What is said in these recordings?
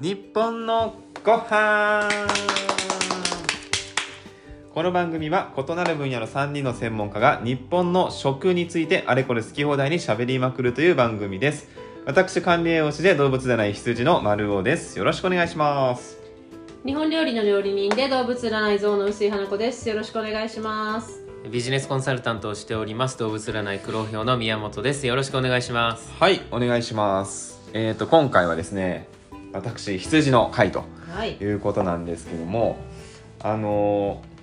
日本のご飯この番組は異なる分野の3人の専門家が日本の食についてあれこれ好き放題にしゃべりまくるという番組です私管理栄養士で動物占い羊の丸尾ですよろしくお願いします日本料理の料理人で動物占い像の薄井花子ですよろしくお願いしますビジネスコンサルタントをしております動物占い黒豹の宮本ですよろしくお願いしますはいお願いしますえっ、と今回はですね私羊の回とはいいうことなんですけどもあのー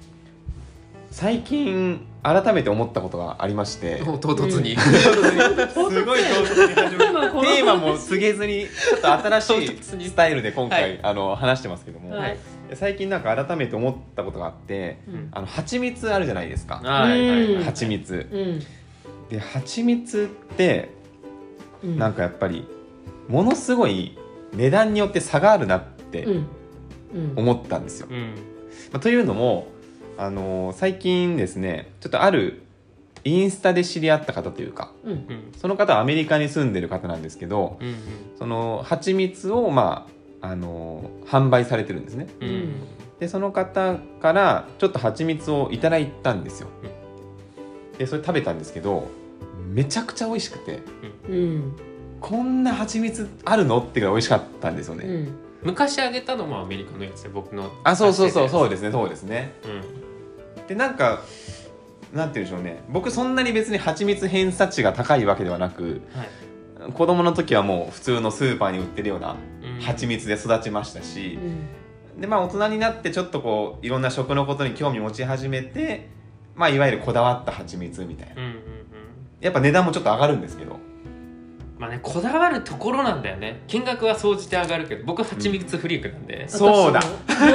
最近改めて思ったことがありまして唐突に、すごい唐突に始まる今このテーマも告げずにちょっと新し唐突いにスタイルで今回、はいあの話してますけども、はい最近なんか改めて思ったことがあってうんあの蜂蜜あるじゃないですかはいはいはい蜂蜜うんで蜂蜜ってうんなんかやっぱりものすごい値段によって差があるなってうんうん思ったんですよう。んまあというのも、あのー最近ですねちょっとあるインスタで知り合った方というかうんうんその方はアメリカに住んでる方なんですけどうんその蜂蜜をまあ、あのー販売されてるんですねうんうんでその方からちょっと蜂蜜をいただいたんですよでそれ食べたんですけどめちゃくちゃ美味しくてうんこんな蜂蜜あるのってぐらい美味しかったんですよね、うん昔あげたのもアメリカのやつで僕のあそうそうそうそうでですねそうですねす、うんでなんかなんて言うんでしょうね僕そんなに別に蜂蜜偏差値が高いわけではなくはい子供の時はもう普通のスーパーに売ってるようなうん蜂蜜で育ちましたしう、んでまあ大人になってちょっとこういろんな食のことに興味持ち始めてまあいわゆるこだわった蜂蜜みたいなうんうんうんやっぱ値段もちょっと上がるんですけどまあねこだわるところなんだよね金額は総じて上がるけど僕は蜂蜜フリークなんで、そうだ私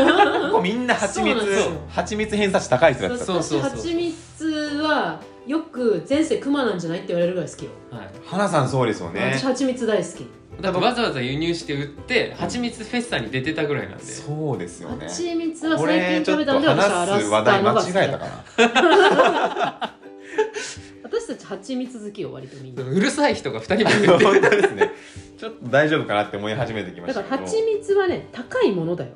こもこみんな蜂蜜そうなんですよ蜂蜜偏差値高い人だったそうそうそう私蜂蜜はよく前世クマなんじゃないって言われるぐらい好きよ、はい花さんそうですよね私蜂蜜大好きだってわざわざ輸入して売って蜂蜜フェスタに出てたぐらいなんでそうですよね蜂蜜はこ最れ近ちょ食べったんとで私話は表すし話た題のが間好き違えたかな私たち蜂蜜好きよ割とみんなうるさい人が2人もいる 本当ですねちょっと大丈夫かなって思い始めてきまだしかたらけど蜂蜜はね高いものだよ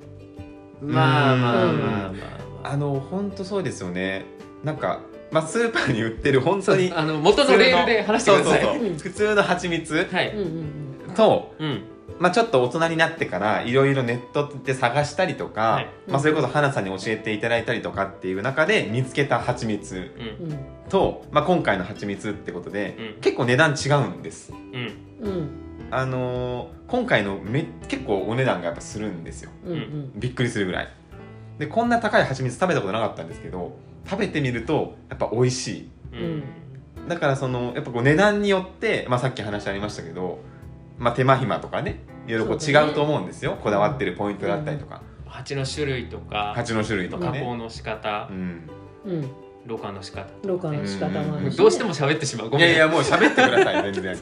まあまあうんまあまあ、まあ、あの本当そうですよねなんか、まあ、スーパーに売ってる本当に あの元のレールで話してくださいそうそうそうう ん普通の蜂蜜はういん、うんと、うん、まあ、ちょっと大人になってからいろいろネットで探したりとか、はいまあ、それこそ花さんに教えていただいたりとかっていう中で見つけた蜂蜜う、うんんと、まあ、今回の蜂蜜ってことで、うん結構値段違うんですうん、うんうんあのー今回のめ結構お値段がやっぱするんですようんうんびっくりするぐらいでこんな高い蜂蜜食べたことなかったんですけど食べてみるとやっぱ美味しいうん、だからそのやっぱこう値段によって、まあ、さっき話ありましたけど、まあ、手間暇とかねいろいろこうそうだね違うと思うんですよ、こだわってるポイントだったりとか、蜂の種類とか蜂の種類とか加工ね、の仕方う、ん、うんろ過の仕方ろ過の仕方もあるし、ね、どうしても喋ってしまうごいめんやいやもう喋ってください全然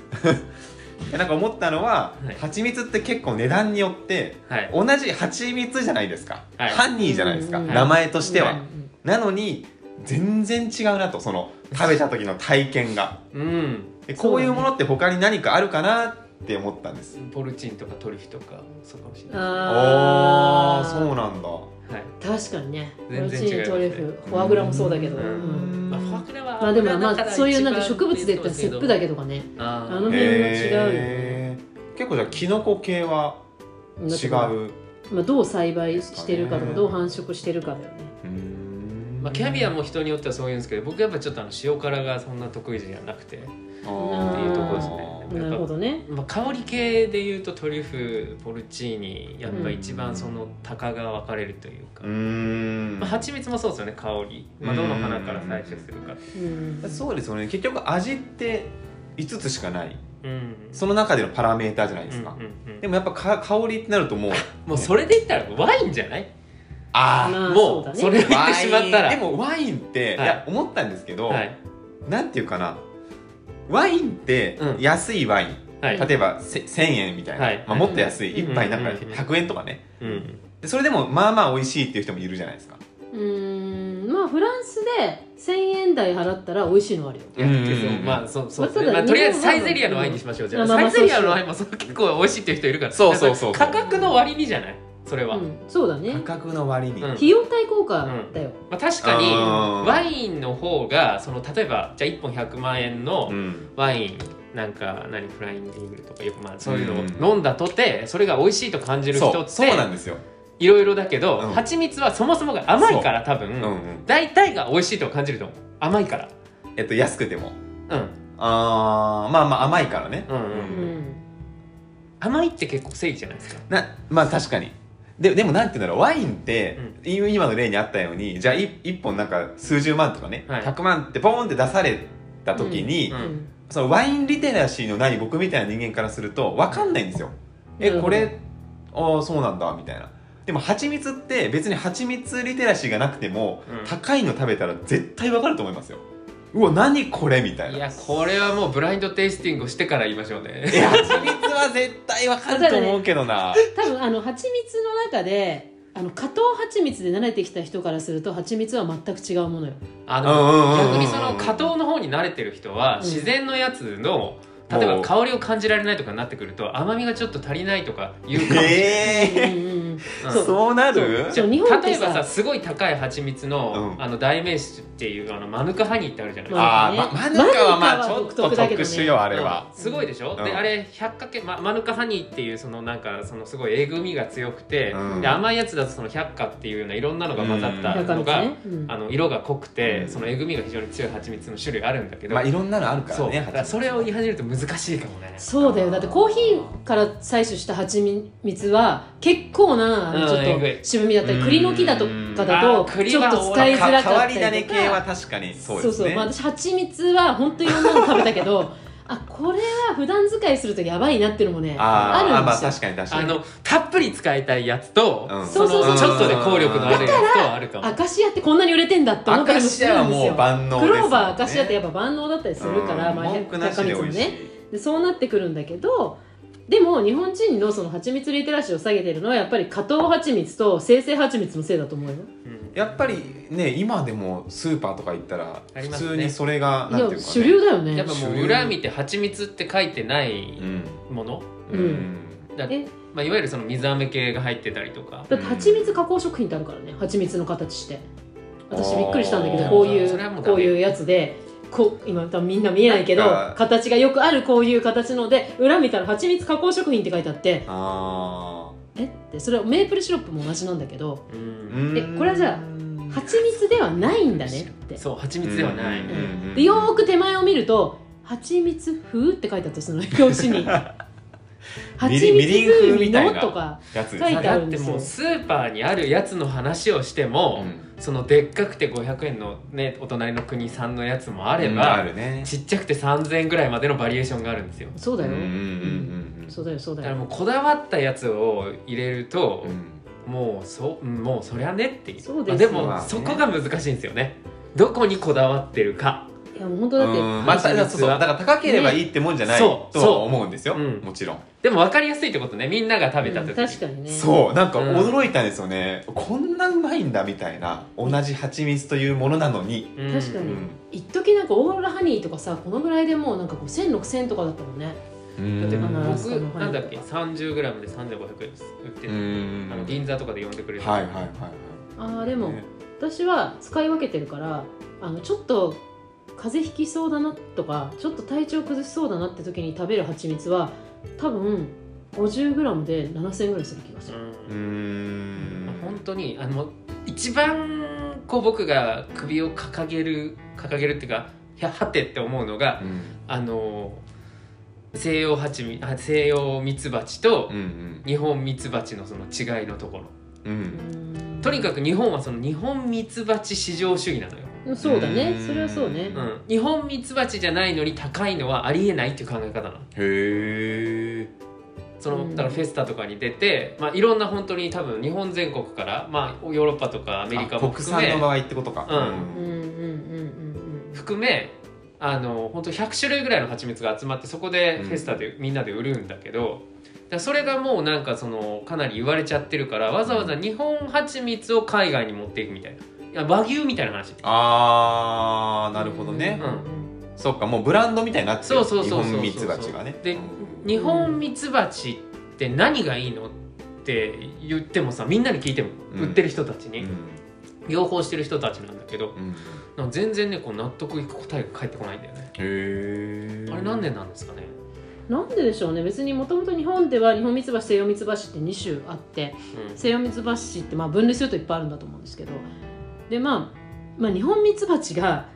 なんか思ったのは、はい蜂蜜って結構値段によってはい同じ蜂蜜じゃないですか、はいハンニーじゃないですか、うん名前としては、うんなのに全然違うなとその食べた時の体験がうんでこういうものって他に何かあるかなって思ったんですポルチンとかトリュフとかそうかもしれうんなああーーそうなんだい、はい確かにねポ全ルチ然ー違ニいますねトリュフフォアグラもそうだけど、ううんんまあ、フォアグラはまあでも油のま中あがそういうなんか一番植物で言ったらセップだけとかねあーあの辺は違うよねへー結構じゃあキノコ系はだっ違てうまあまあ、どう栽培してるかですかとかねどう繁殖してるかだよねうーんまあ、キャビアも人によってはそう言うんですけど僕やっぱちょっとあの塩辛がそんな得意じゃなくて、あーっていうとこですねなるほどねまあ、香り系で言うとトリュフポルチーニやっぱ一番その高が分かれるというか、うーんまあ、蜂蜜もそうですよね香り、まあ、どの花から採取するか、うんそうですよね結局味って5つしかないうん、その中でのパラメーターじゃないうんですか、うんうんでもやっぱか香りってなると もうもうそれで言ったらワインじゃないあまあもそうだうねそれを言ってしまったらでもワインって、はいい、や思ったんですけど、はいなんていうかなワインってうん安いワイン、はい、例えばせ1000円みたいな、はいまあ、もっと安い、うん一杯なんかうん100円とかね、うん、でそれでもまあまあ美味しいっていう人もいるじゃないですかうーんまあもフランスで1000円台払ったら美味しいのあるようんうんうんいやそうまあそうそうですね、まあまただあ、とりあえず日本サはイゼリアのワインにしましょうじゃうあんまあまあサイゼリアのワインもそう結構美味しいっていう人いるからそうそうそうだから価格の割にじゃないそれは、うんそうだね価格の割に、うん費用対効果だよ、まあ、確かにうんワインの方がその例えばじゃあ1本100万円のうんワインなんか何フラインディングとかよくまあそういうのを飲んだとてそれが美味しいと感じる人そうっそうなんてですよ、いろいろだけどうん蜂蜜はそもそもが甘いから多う分、んうん大体が美味しいと感じると思う甘いからえっと安くてもうんあーまあまあ甘いからね、うんうんううんん甘いって結構正義じゃないですかなまあ確かにででもなんて言うんだろうワインって、今の例にあったようにじゃあい一本なんか数十万とかね、はい100万ってポーンって出された時に、うんうんそのワインリテラシーのない僕みたいな人間からすると分かんないんですよ。えなるほどこれああそうなんだみたいな。でも蜂蜜って別に蜂蜜リテラシーがなくても、うん高いの食べたら絶対分かると思いますよ。うわ何これみたいな。いやこれはもうブラインドテイスティングをしてから言いましょうねいや蜂蜜は絶対分かると思うけどな。多分あの蜂蜜の中であの加藤蜂蜜で慣れてきた人からすると蜂蜜は全く違うものよ あうんうんのうんうん逆にその加糖の方に慣れてる人はうん自然のやつのもう例えば香りを感じられないとかになってくると甘みがちょっと足りないとかいうかもしうれんえうんうんない、うんー、そうなるそうじゃあ日本って例えさばさすごい高い蜂蜜の,、うんあの代名詞っていうあのマヌカハニーってあるじゃないですか、あーまマヌカはまあちマヌカはょっ独と特特だけどね殊よあれはうん。すごいでしょ、うんであれ百かけ、ま、マヌカハニーっていうそのなんかそのすごいえぐみが強くて、うんで甘いやつだとその百花っていうようないろんなのが混ざったあだからのですが、ね、うんあの色が濃くて、うんそのえぐみが非常に強い蜂蜜の種類あるんだけど、まあいろんなのあるからね。そうだから蜂蜜それを言い始めると難しいかもねそうだよだってコーヒーから採取した蜂蜜は結構なあのうんちょえぐっいと渋みだったりうん栗の木だとかだあとー栗ちょっはと使いづら変かわっり種たり系とはか確かにそうそうですねそうまあ私蜂蜜は本当いろんなの食べたけどあこれは普段使いするとやばいなっていうのもねあーああるんまであすよ確かに確かあにのたっぷり使いたいやつと、うんそうそうそうのそうちょっとで効力のあるやつとはあるかもアカシアってこんなに売れてんだって思アったカりもすシアるはんですもよう万能クですもんねローバーアカシアってやっぱ万能だったりするから、うんまあ文句なしで美味しい、でそうなってくるんだけどでも日本人のその蜂蜜リテラシーを下げてるのはやっぱり加糖蜂蜜と生成蜂蜜のせいだと思うようんやっぱりね今でもスーパーとか行ったらあ普りますね通にそれがなんていいやうか、ね、主流だよねやっぱもう裏見て蜂蜜って書いてないうんもの、うん、だえまあ、いわゆるその水飴系が入ってたりとかだって蜂蜜加工食品ってあるからね蜂蜜の形して私あーびっくりしたんだけどこういそうれはもうダメこういうやつでこう今多分みんな見えないけどなんか形がよくあるこういう形ので裏見たら蜂蜜加工食品って書いてあってあえってそれはメープルシロップも同じなんだけどうーんうんえこれはじゃあ蜂蜜ではないんだねってそう蜂蜜ではない、うんうんでよーく手前を見ると「蜂蜜風」って書いてあったその表 紙に「蜂みり蜜ん風風味みたいの」なとかやつです書いね、てあだるんっでてすもようスーパーにあるやつの話をしても、そのでっかくて500円のねお隣の国産のやつもああれあば、るねちっちゃくて3000円ぐらいまでのバリエーションがあるんですよそうだよ、うんうんうんうんそうだよそうだだかよらもうこだわったやつを入れるとう、んもうそうんもうそりゃねっていうそうまであすでよもそこが難しいんですよねどこにこだわってるかいやもう本当だってうんまあ、そうそうだから高ければいいってもんじゃない、ねそうとは思うんですよ、うんもちろんでも分かりやすいってことねみんなが食べたうん時、確かにねそうなんかうん驚いたんですよね、こんなうまいんだみたいな同じ蜂蜜というものなのに、うん確かうにん一時なんかオーロラハニーとかさこのぐらいでもうなんか50006000とかだったもんねだってうん僕なんだっけ 30g で3500円です売ってうる、んあの銀座とかで呼んでくれる、はいはいはいはいああでもね私は使い分けてるからあのちょっと風邪ひきそうだなとかちょっと体調崩しそうだなって時に食べる蜂蜜は多分 50g で7000円ぐらいする気がすうる、んうーん本当にあの一番こう僕が首を掲げる掲げるっていうかいやはてって思うのがうんあの西洋蜂蜜あ西洋蜜蜂とうん日本蜜蜂のその違いのところうんうんとにかかく日本はその日本蜜蜂至上主義なのよ、くそうだねうんそれはそうねううんん、日本蜜蜂じゃないのに高いのはありえないっていう考え方なのへえそうのんだからフェスタとかに出て、まあ、いろんな本当に多分日本全国から、まあ、ヨーロッパとかアメリカも国含産めの場合ってことかうんうんうんうんうん含めあの本当100種類ぐらいの蜂蜜が集まってそこでフェスタでみんなで売るんだけど、だからそれがもうなんかそのかなり言われちゃってるからわざわざ日本蜂蜜を海外に持っていくみたいないや和牛みたいな話あーなるほどね、うんそっかもうブランドみたいになってるそうそうそう日そう本ミツバチがねでうん日本ミツバチって何がいいのって言ってもさみんなに聞いてもうん売ってる人たちに、うん養蜂してる人たちなんだけどうん、へなんか全然ねこう納得いく答えが返ってこないんだよね、えあれなんでなんですかね、なんででしょうね別にもともと日本では日本ミツバチ西洋ミツバチって2種あってうん西洋ミツバチってまあ分類するといっぱいあるんだと思うんですけどで、まあ、まあ日本ミツバチが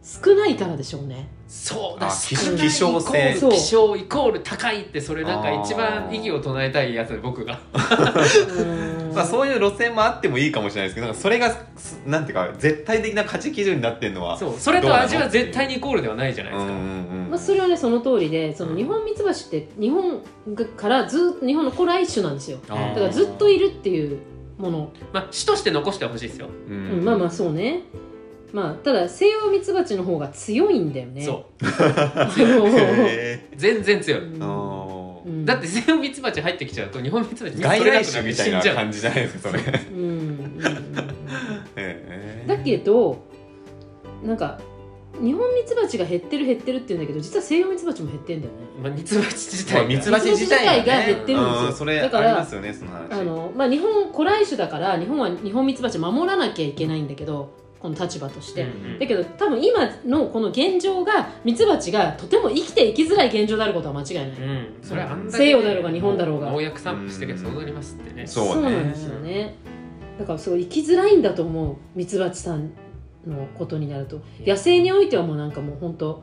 少ないからでしょうねそうだあ少希ない希少性イコール希少イコール高いってそれなんか一あ番ー意義を唱えたいやつで僕がまあ、うそういう路線もあってもいいかもしれないですけどなんかそれがすなんていうか絶対的な価値基準になってるのはそうそれと味は絶対にイコールではないじゃないですか、んまあ、それはねその通りでその日本ミツバチって日本からず日本の古来種なんですよあだーからずっといるっていうもの、まあ種として残してほしいですよ、ううんん、まあまあそうねまあただ西洋ミツバチの方が強いんだよね そうあのへ全然強い、ーあうーんだって西洋ミツバチ入ってきちゃうと日本ミツバチ外来種みたいなじ感じじゃないですかそれへうんうん えだけどなんか日本ミツバチが減ってる減ってるって言うんだけど実は西洋ミツバチも減ってんだよねまあ、ミツバチ自体がまあミツバチ自体がねミツバチ自体が減ってるんですようんそれあだりからますよねその話あのまあ、日本古来種だから日本は日本ミツバチ守らなきゃいけないんだけどこの立場として、うんうんだけど多分今のこの現状がミツバチがとても生きていきづらい現状であることは間違いない、うん、それはあんだけ西洋だろうが日本だろうが農薬散布してけばそうなりますってね、そうねなんですよねだからすごい生きづらいんだと思うミツバチさんのことになると野生においてはもうなんかもう本当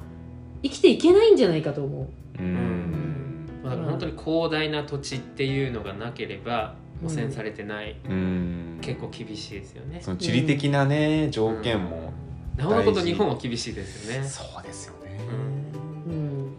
生きていけないんじゃないかと思ううんだから本当に広大な土地っていうのがなければ汚染されてない、うん結構厳しいですよねその地理的なね条件もなおのこと日本は厳しいですよねそうですよねうんうん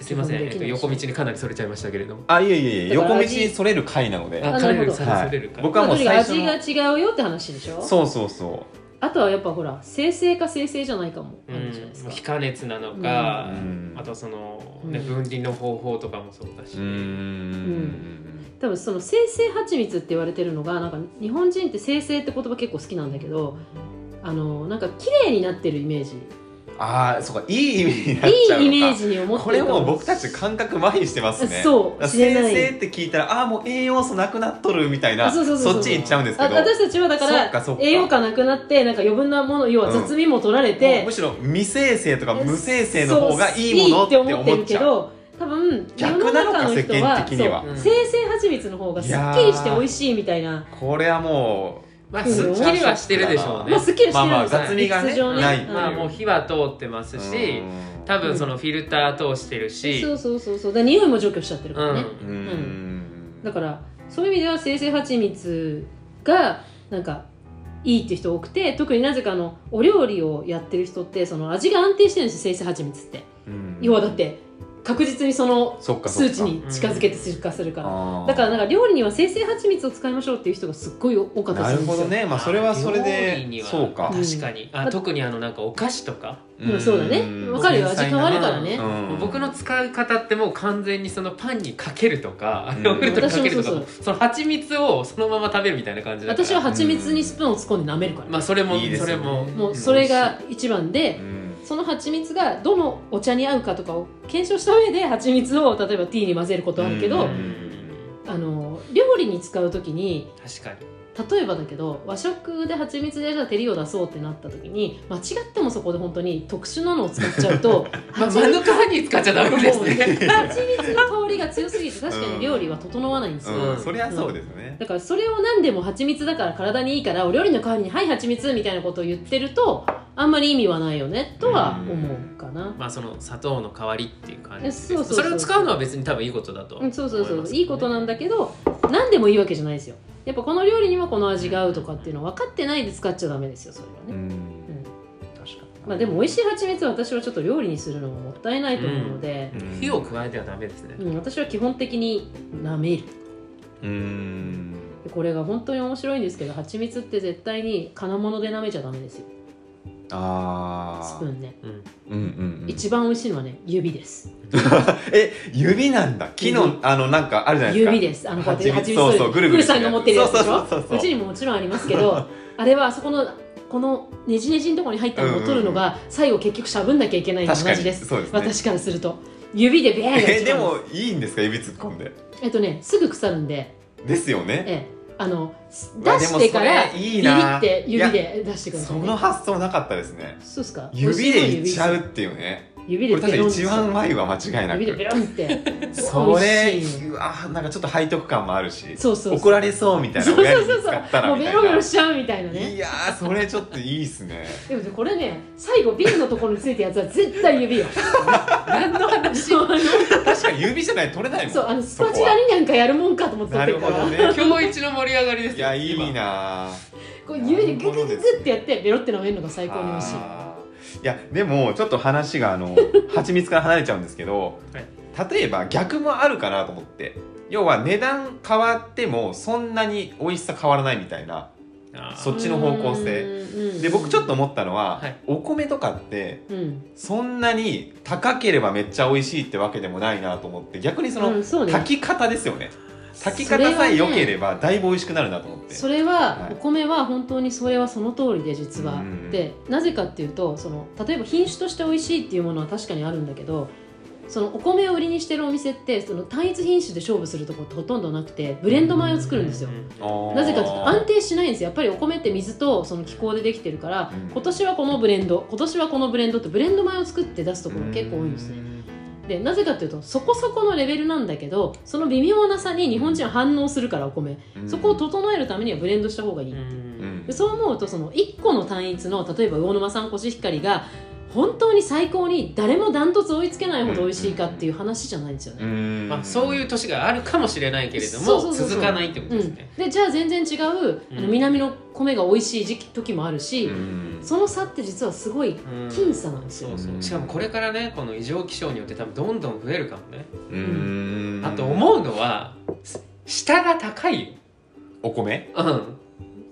すいませ基ん、本でえっきと、ない横道にかなりそれちゃいましたけれどもあいえいえいえだか横道らにそれる回なのでああかれなるるほさどれはいれるか、僕はもうとに最かく初味のが違うよって話でしょそうそうそあとはやっぱほら生成か生成じゃないかもあうんるじゃないですか、非加熱なのか、うんあとその、ね、うん分離の方法とかもそうだし、ううん多分その生成蜂蜜って言われてるのがなんか日本人って生成って言葉結構好きなんだけどあのなんか綺麗になってるイメージああそうかいい意味になっちゃうのかいいイメージに思ってこるれとも思うう僕たち感覚麻痺してますねそうだから知れ先ない生って聞いたらああーもう栄養素なくなっとるみたいなあそうそうそうそうっちに行っちゃうんですあけど私たちはだかそっからそっか栄養価なくなってなんか余分なもの要は雑味も取られもうてむ、しろ未生成とか無生成の方がいいものって思っちゃうそういいって思ってるけど多分世の逆なのか中の人は世間的にはそううん生成蜂蜜の方がすっきりして美味しいみたいなこれはもまあうんすっきりはしてるでしょうねまあすっきりしてるんですよまあまあ雑味がね理屈上ないうんまあもう火は通ってますうし、うん多分そのフィルター通してるし、そうそうそうそうだから匂いも除去しちゃってるからね、うんだからそういう意味では生成蜂蜜がなんかいいっていう人多くて特になぜかあのお料理をやってる人ってその味が安定してるんですよ生成蜂蜜って、うん要はだって確実にそのそっかそっ数か値に近づけて出荷するから、あーだからなんか料理には生成蜂蜜を使いましょうっていう人がすっごい多かったなりるするんほですどよ、ねまあそれはそれ料理にではそうか、確かに、あうん特にあのなんかお菓子とか、うんそうだねわかるよ繊細な味変わるからねうんもう僕の使う方ってもう完全にそのパンにかけるとか、うんヨーグルトにかけるとか私もそうその蜂蜜をそのまま食べるみたいな感じだから私は蜂蜜にスプーンを突っ込んで舐めるから、まあそれもいいですそねれももうそれが一番で、うんその蜂蜜がどのお茶に合うかとかを検証した上で蜂蜜を例えばティーに混ぜることはあるけうど、んんあの料理に使う時に確かに例えばだけど和食で蜂蜜でじゃあ照りを出そうってなった時に間違ってもそこで本当に特殊なのを使っちゃうと まあ蜂マ蜜ヌカハニー使っちゃダメです ね蜂蜜の香りが強すぎて確かに料理は整わないんですよ、うんうんそりゃそうですね、だからそれを何でも蜂蜜だから体にいいからお料理の代わりに「はい蜂蜜」みたいなことを言ってるとあんまり意味はないよねとは思うかな。まあその砂糖の代わりっていう感じですえそうそうそうれを使うのは別に多分いいことだとうんそうそうそ思まうすいいことなんだけど何でもいいわけじゃないですよやっぱこの料理にはこの味が合うとかっていうの分かってないで使っちゃダメですよそれはね、うんうん確かにまあ、でも美味しい蜂蜜は私はちょっと料理にするのももったいないと思うので、うん火を加えてはダメですねうん私は基本的に舐めるうんこれが本当に面白いんですけど蜂蜜って絶対に金物で舐めちゃダメですよあスプーンね、うんうんうんうん、一番美味しいのはね指ですえ指なんだ木の指あのなんかあるじゃないですか指ですあのこうやって蜂蜂蜜蜜そうそうぐるぐるプーさんが持ってるやつでそしうそうそうそうそょう うちにももちろんありますけどあれはあそこのこのねじねじのところに入ったのを取るのが、最後結局しゃぶんなきゃいけないのと確か同にじですそうですね私からすると指でビャーンが一番えすでもいいんですか指突っ込んでえっとねすぐ腐るんで、ですよねええ、あのう出わしてからでもそれいビいリなってい指やで出してくださそい、ねの、発想なかったですねそうっすか指でいっちゃう美っていうね味しいこれ確の指か指でペロンにって一番うまいわ間違いな指でペくロンってそれ美味しいうわなんかちょっと背徳感もあるしそうそうそう怒られそうみたいなそう親そにうそう使ったそうらもうみたベいロベロなしちゃうみたいなねいやーそれちょっといいっすねでもねこれね最後瓶のところについたやつは絶対指よ何の話そうあの確かに指じゃないと取れないもんそうあのスパチそこュはラになんかやるもんかと思って撮っなてるるかほどら、ね今日一の盛り上がりですいよやいい今なーこう指でググググってやってベロって舐めるのが最高に美味しいあーいやでもちょっと話があ の蜂蜜から離れちゃうんですけど、例えば逆もあるかなと思って要は値段変わってもそんなに美味しさ変わらないみたいなあーそっちの方向性性で僕ちょっと思ったのは、はいお米とかってうんそんなに高ければめっちゃ美味しいってわけでもないなと思って逆にそのうんそうね炊き方ですよね炊きそれ方はさえね良ければだいぶ美味しくなるなと思ってそれは、はいお米は本当にそれはその通りで実は、うんうんでなぜかっていうとその例えば品種として美味しいっていうものは確かにあるんだけどそのお米を売りにしてるお店ってその単一品種で勝負するとこってほとんどなくてブレンド米を作るんですよ、うあーなぜかというと安定しないんですよやっぱりお米って水とその気候でできてるから、うん今年はこのブレンド今年はこのブレンドってブレンド米を作って出すところが結構多いんですねでなぜかというとそこそこのレベルなんだけどその微妙な差に日本人は反応するからお米うんそこを整えるためにはブレンドした方がいい、うんでそう思うとその1個の単一の例えば魚沼産コシヒカリが本当に最高に誰もダントツ追いつけないほど美味しいかっていう話じゃないんですよね。うんまあ、そういう年があるかもしれないけれどそうそもうそうそう続かないってこうとですんね、、でじゃあ全然違う、あうのん南の米が美味しい時期時もあるし、うんその差って実はすごいうん僅差なんですよ。そうそうしかもこれからねこの異常気象によって多分どんどん増えるかもね、うんあと思うのはす下が高いよお米うん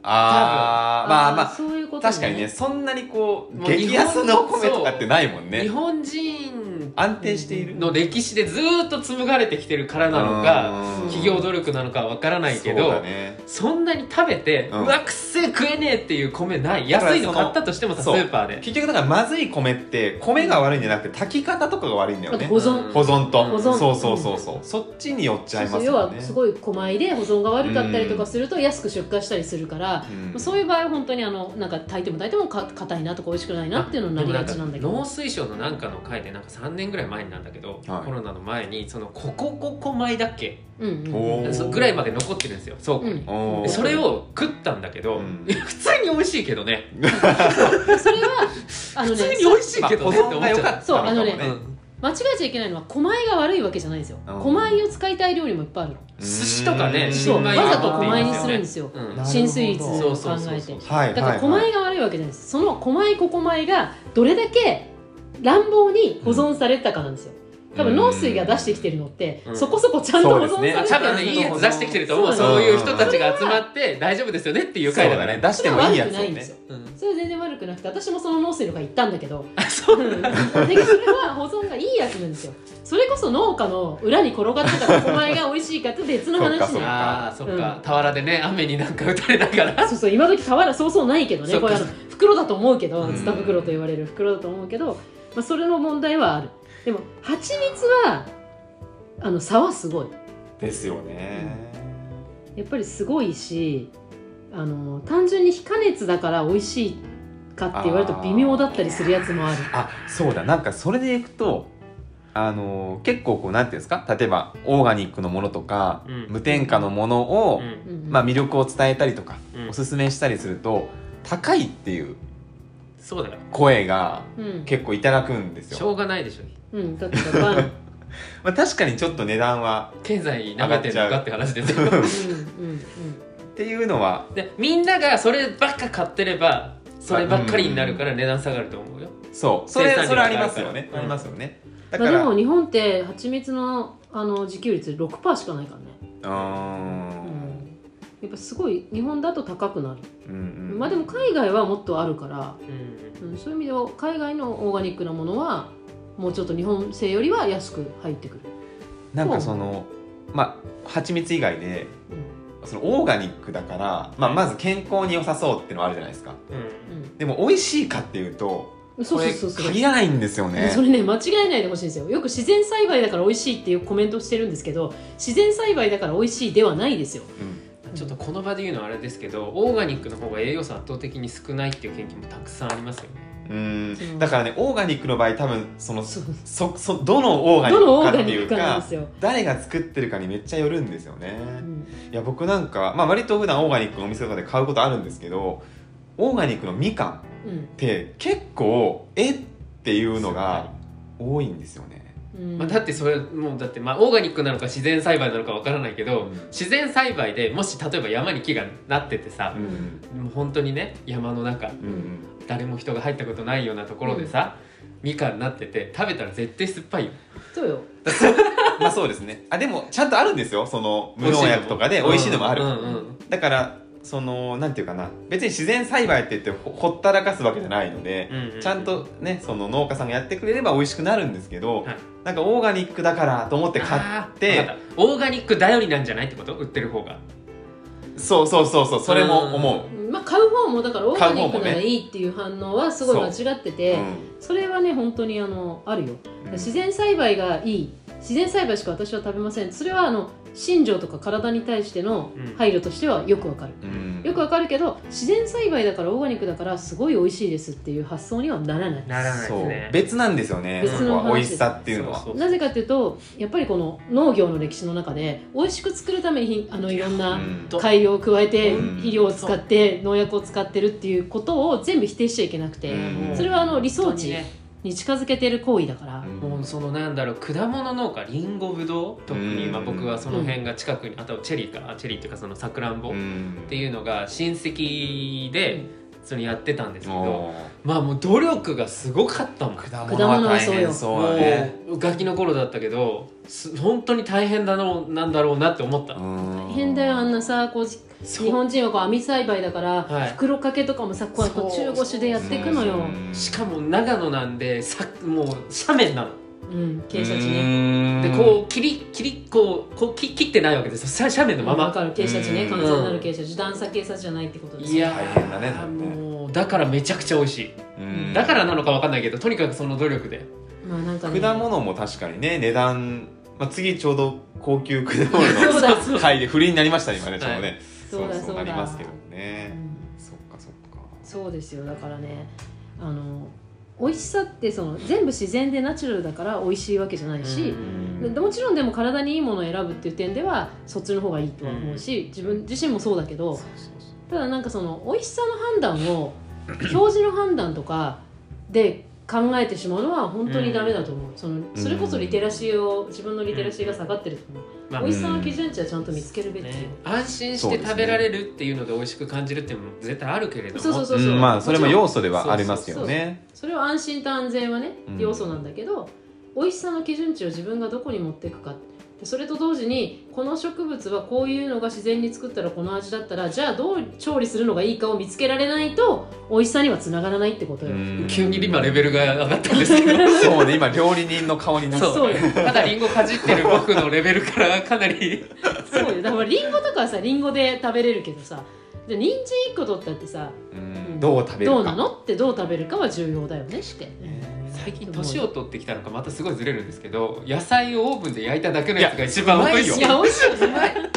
ああまあまあそういうこと、確かにねそんなにこうもう日本激安のお米とかってないもん日ね本人安定しているの歴史でずーっと紡がれてきてるからなのかうん企業努力なのかわからないけそうどだねそんなに食べて、ううんわくせえ食えねえっていう米ないだから安いの買ったとしてもさスそのーパーで結局だからまずい米って米が悪いんじゃなくて炊き方とかが悪いんだよあとね保存保存と保存そうそうそうそうそっちに寄っちゃいそまうす要よはねすごい小米で保存が悪かったりとかすると安く出荷したりするから、うんそういう場合は本当にあのなんか炊いても炊いてもか硬いなとか美味しくないなっていうのになりがちなんだけでもどか農水省のなんかの回でなんか3年ぐらい前になんだけど、はいコロナの前にそのココココ米だっけうんうんおーそぐらいまで残ってるんですよ倉庫うに、んおーでそれを食ったんだけど、うんいや普通に美味しいけどねそれはあの普ね通に美味しいまあけ保どねっ存て思がっ良ちかっゃたのかうもそうあねううんん間違えちゃいけないのは狛米が悪いわけじゃないんですようん狛米を使いたい料理もいっぱいあるの寿司とかねうんそう新米わにざと持ってい狛米いんにですするよんねですようんなるほど新スイーツそうをそうそう考そうえてはいはいだから狛米が悪いわけじゃないですその狛米小米がどれだけ乱暴に保存されてたかなんですよ多分農水が出してきてるのってうんそこそこちゃんと保存されて多た分んねいでいすやよつ出してきてると思うそうそだうねいう人たちが集まって大丈夫ですよねっていうそう回だだからねね出してもいいやつそれは悪くをないんでねすようんそれは全然悪くなくて私もその農水の会行ったんだけどあそううんでそれは保存がいいやつなんですよそれこそ農家の裏に転がってたらお前が美味しいかって別の話そっねあーそっか、うん俵でね雨になんか打たれながらそうそう今時俵そうそうないけどねそっこかれあの袋だと思うけどうんツタ袋と言われる袋だと思うけど、まあ、それの問題はあるでも蜂蜜はあの差はすごいですよねやっぱりすごいしあの単純に非加熱だから美味しいかって言われると微妙だったりするやつもあるあそうだなんかそれでいくとあのー結構こうなんていうんですか例えばオーガニックのものとか、うん無添加のものを、うんうんまあ、魅力を伝えたりとか、うんおすすめしたりすると高いっていうそうだよ声がうん結構いただくんですしよ、ょうがないでしょうん、だってバン、まあ、確かにちょっと値段は経済舐めてるのかって話ですよ うんうんっていうのはでみんながそればっか買ってればそればっかりになるから値段下がると思うよ、そうそれ生産量それありますよね、うんありますよねうだん、まかあ、らでも日本って蜂蜜のあの自給率6%しかないからね、あうん、やっぱすごい日本だと高くなるーうんうんまあでも海外はもっとあるから、うんうん、そういう意味では海外のオーガニックなものはもうちょっと日本製よりは安く入ってくる、なんかそのまあ蜂蜜以外でうんそのオーガニックだから、まあ、まず健康に良さそうっていうのはあるじゃないですかうんでも美味しいかっていうとうん、そこうれそうそうそう限らないんですよねそれね間違えないでほしいんですよよく自然栽培だから美味しいっていうコメントをしてるんですけど自然栽培だから美味しいではないですようんちょっとこの場で言うのはあれですけどオーガニックの方が栄養素圧倒的に少ないっていう研究もたくさんありますよねうんだからねオーガニックの場合多分そのそうそそどのオーガニッどのオクーかガってニいッうクかなんかですよ、誰が作ってるかにめっちゃよるんですよね、うんいや僕なんか、まあ、割と普段オーガニックのお店とかで買うことあるんですけどオーガニックのみかんっうんて結構えっていうのが多いんですよね、うんまあ、だってそれもうだってまあオーガニックなのか自然栽培なのかわからないけど自然栽培でもし例えば山に木がなっててさう、んもう本当にね山の中うんうん誰も人が入ったことないようなところでさ、みかんなってて食べたら絶対酸っぱいよそうよまあそうですねあでもちゃんとあるんですよその無農薬とかで美味しいのもある、うんうんだからそのなんていうかな別に自然栽培って言ってほほったらかすわけじゃないので、うんうんちゃんとねその農家さんがやってくれれば美味しくなるんですけど、はいなんかオーガニックだからと思って買っあーてわかったオーガニック頼りなんじゃないってこと売ってる方がそうそうそうそうそれも思まあ、買う方もだからオーガニック買なう方もらねいいっていう反応はすごい間違ってう、て、うんそれはね本当にあのあるようん自然栽培がいい自然栽培しか私は食べませんそれはあの心情とか体に対してのうん配慮としてはよくわかる、うんよくわかるけど自然栽培だからオーガニックだからすごい美味しいですっていう発想にはならないならないでそすうね別なんですよね別その話こは美味しさっていうのはそうそうなぜかっていうとやっぱりこの農業の歴史の中で美味しく作るためにあのいろんうなんと改良を加えてうん肥料を使って農薬を使ってるっていうことを全部否定しちゃいけなくてうんそれはあの理想本当に値ねに近づけてる行為だからうんもうそのなんだろう果物農家りんごぶどう特に今うん僕はその辺が近くにあとチェリーかあチェリーっていうかそのさくらんぼっうんていうのが親戚でそれやってたんですけどおーまあもう努力がすごかったもん果物は大変そもうだねうガキの頃だったけどす本当に大変だろうなんだろうなって思った、大大変だよあんなさこうそう日本人はこう網栽培だから、はい袋掛けとかもさこうやってこうそう中腰でやっていくのよ、しかも長野なんでさもう斜面なのうん、傾斜地ねねでこう切り切りこうこう切切ってないわけですよさ斜面のまわまかる傾斜地ねうん完全なる傾斜地段差傾斜地じゃないってことですいやー大変だねだってもうだからめちゃくちゃ美味しい、うんだからなのかわかんないけどとにかくその努力でまあなんかね果物も確かにね値段、まあ、次ちょうど高級果 そう物だの回で不倫になりましたね今ねちょうどね、そうだそうなりだますけどうね、んそっかそっそうですよだからねあの美味しさってその全部自然でナチュラルだから美味しいわけじゃないし、んでもちろんでも体にいいものを選ぶっていう点ではそっちの方がいいとは思うし、自分自身もそうだけどかそうただなんかその美味しさの判断を表示の判断とかで考えてしまうのは本当にダメだと思う、そのそれこそリテラシーを自分のリテラシーが下がってると思う、まあ美味しさの基準値はちゃんと見つけるべき、ね、安心して食べられるっていうので美味しく感じるっていうのも絶対あるけれどもそうそうそううんまあそれも要素ではそうそうそうありますよねそれは安心と安全はねうん要素なんだけど、美味しさの基準値を自分がどこに持っていくかでそれと同時にこの植物はこういうのが自然に作ったらこの味だったらじゃあどう調理するのがいいかを見つけられないと美味しさにはつながらないってことよ、うん急に今レベルが上がったんですけど そうね今料理人の顔になってそうそうよただリンゴかじってる僕のレベルからかなりそうよだからリンゴとかはさリンゴで食べれるけどさじゃあ人参1個取ったってさうんどう食べるかどうなのってどう食べるかは重要だよねって、最近年を取ってきたのかまたすごいずれるんですけど野菜をオーブンで焼いただけのやつが一番いや美味しういまいや美味しいよね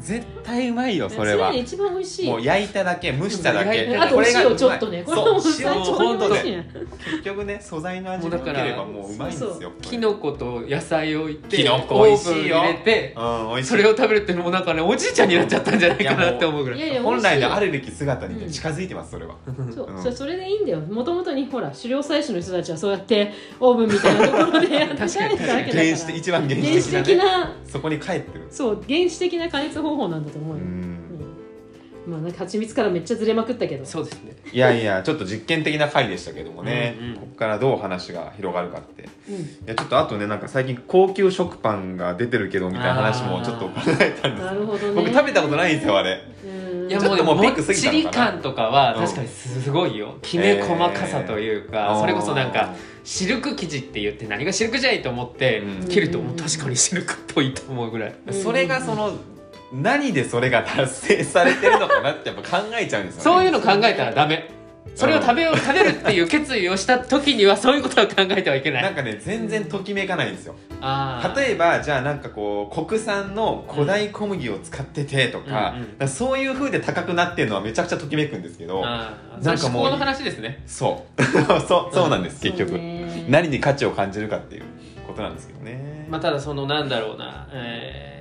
絶対うまいよそれは常に一番美味しいもう焼いただけ蒸しただうけんあとおこれがうま塩いちょっとねこれそうも塩最ほ超ん美と味ねしいね結局ね素材の味が良ければもううまいんですそうよこれきのこと野菜をいってきのこオ美味ーしブンいによ入れてうん美味しいそれを食べるってもうなんかねおじいちゃんになっちゃったんじゃないかなって思うぐらいいやいや本来美味しいのあるべき姿にね近づいてますそれはそう、うんそれそれでいいんだよもともとにほら狩猟採取の人たちはそうやってオーブンみたいなところでやってたわけだから確かに確原始的一番原始原的始な的ねなそこに帰ってるそう原始的な加熱方法なんだと思ううよ、んうんまあなんか蜂蜜からめっちゃずれまくったけどそうですねいやいやちょっと実験的な回でしたけどもねうんうんここからどう話が広がるかっていうんやちょっとあとねなんか最近高級食パンが出てるけどみたいな話もちょっと考えたんですなるほどね僕食べたことないんですよあれうんいやちょもっうとねもうもピークっ過ぎちたのりかな感とかはうん確かにすごいよきめ細かさというか、それこそなんかシルク生地って言って何がシルクじゃいと思ってうん切るともう確かにシルクっぽいと思うぐらいうんそれがその何でそれが達成されてるのかなってやっぱ考えちゃうんですよねそういうの考えたらダメそれを食べよう食べるっていう決意をした時にはそういうことは考えてはいけないなんかね全然ときめかないんですよあ例えばじゃあなんかこう国産の古代小麦を使っててとか,、うんうんそういう風で高くなってるのはめちゃくちゃときめくんですけどあななんんかかもうもうの話ですねそう そうそうなんです、そう結局、ね何に価値を感じるかっていうことなんですけどね、まあただそのなんだろうな、えー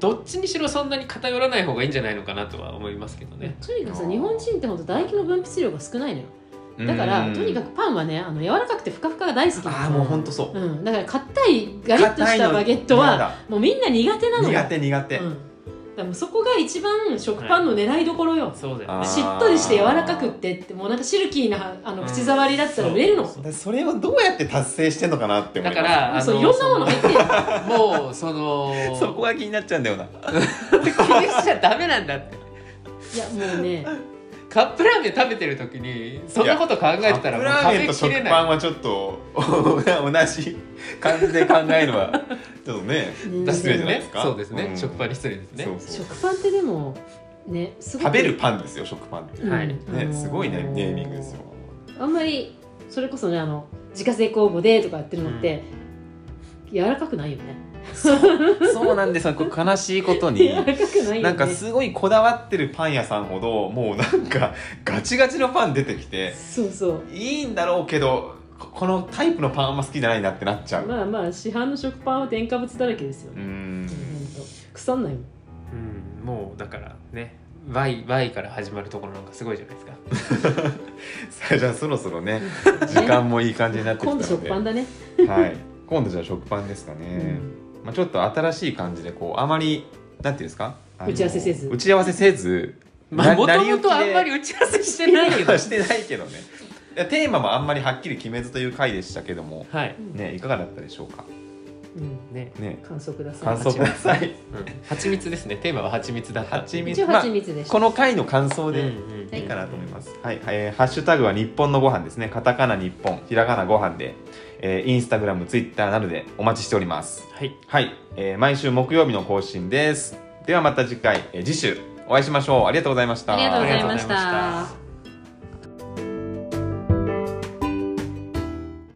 どっちにしろそんなに偏らない方がいいんじゃないのかなとは思いますけどねとにかくさ日本人って本当唾液の分泌量が少ないのよだからうんとにかくパンはねあの柔らかくてふかふかが大好きなのああもうほんとそううん、だから硬いガリッとしたバゲットはもうみんな苦手なのよ苦手苦手、うん、だからもうそこが一番食パンの狙いどころよ、そうだあよねーしっとりして柔らかくってってもうなんかシルキーなあの口触りだったら売れるの、うんそうだそれをどうやって達成してんのかなって思いだますからあそういろんなもの入ってるのもうそのそこが気になっちゃうんだよな気にしちゃダメなんだっていやも うねカップラーメン食べてる時にそんなこと考えてたカッらプラーメンもとう食食べきれパないンはちょっと同じ感じで考えるの はちょっとねうん失礼じゃないですかそうですね、うん食パンに失礼ですねそうそう食パンってでもねすごく食べるパンですよ食パンってうんはいね、すごいねあのーネーミングですよあんまりそれこそねあの自家製酵母でとかやってるのって、柔らかくないよねそうなんですよこれ悲しいこと 柔らかくないよねなんかすごいこだわってるパン屋さんほどもうなんかガチガチのパン出てきてそうそういいんだろうけどここのタイプのパンあんま好きじゃないなってなっちゃう、まあまあ市販の食パンは添加物だらけですようね、ん ほんと腐んないもんうん、もうだからね Y, y から始まるところなんかすごいじゃないですかさあじゃあそろそろね時間もいい感じになってきた今の度で食パンだね、はい、今度じゃあ食パンですかね、まあ、ちょっと新しい感じでこうあまりなんていうんですかあの打ち合わせせず打ち合わせせずまあなもと成りも行きでとあんまり打ち合わせしてないけ どしてないけどねいやテーマもあんまりはっきり決めずという回でしたけどもはいねいかがだったでしょうかうん、ねね感想くださ感い想くださいうん蜂蜜ですねテーマは蜂蜜だった蜂蜜一応まあ蜂蜜でした、この回の感想で、うんうんいいかなと思います。はい、えーハッシュタグは日本のご飯ですね。カタカナ日本、ひらがなご飯で、えーインスタグラム、ツイッターなどでお待ちしております。はいはい、えー毎週木曜日の更新です。ではまた次回、えー次週お会いしましょう。ありがとうございました。ありがとうございあまりがとしうございましたた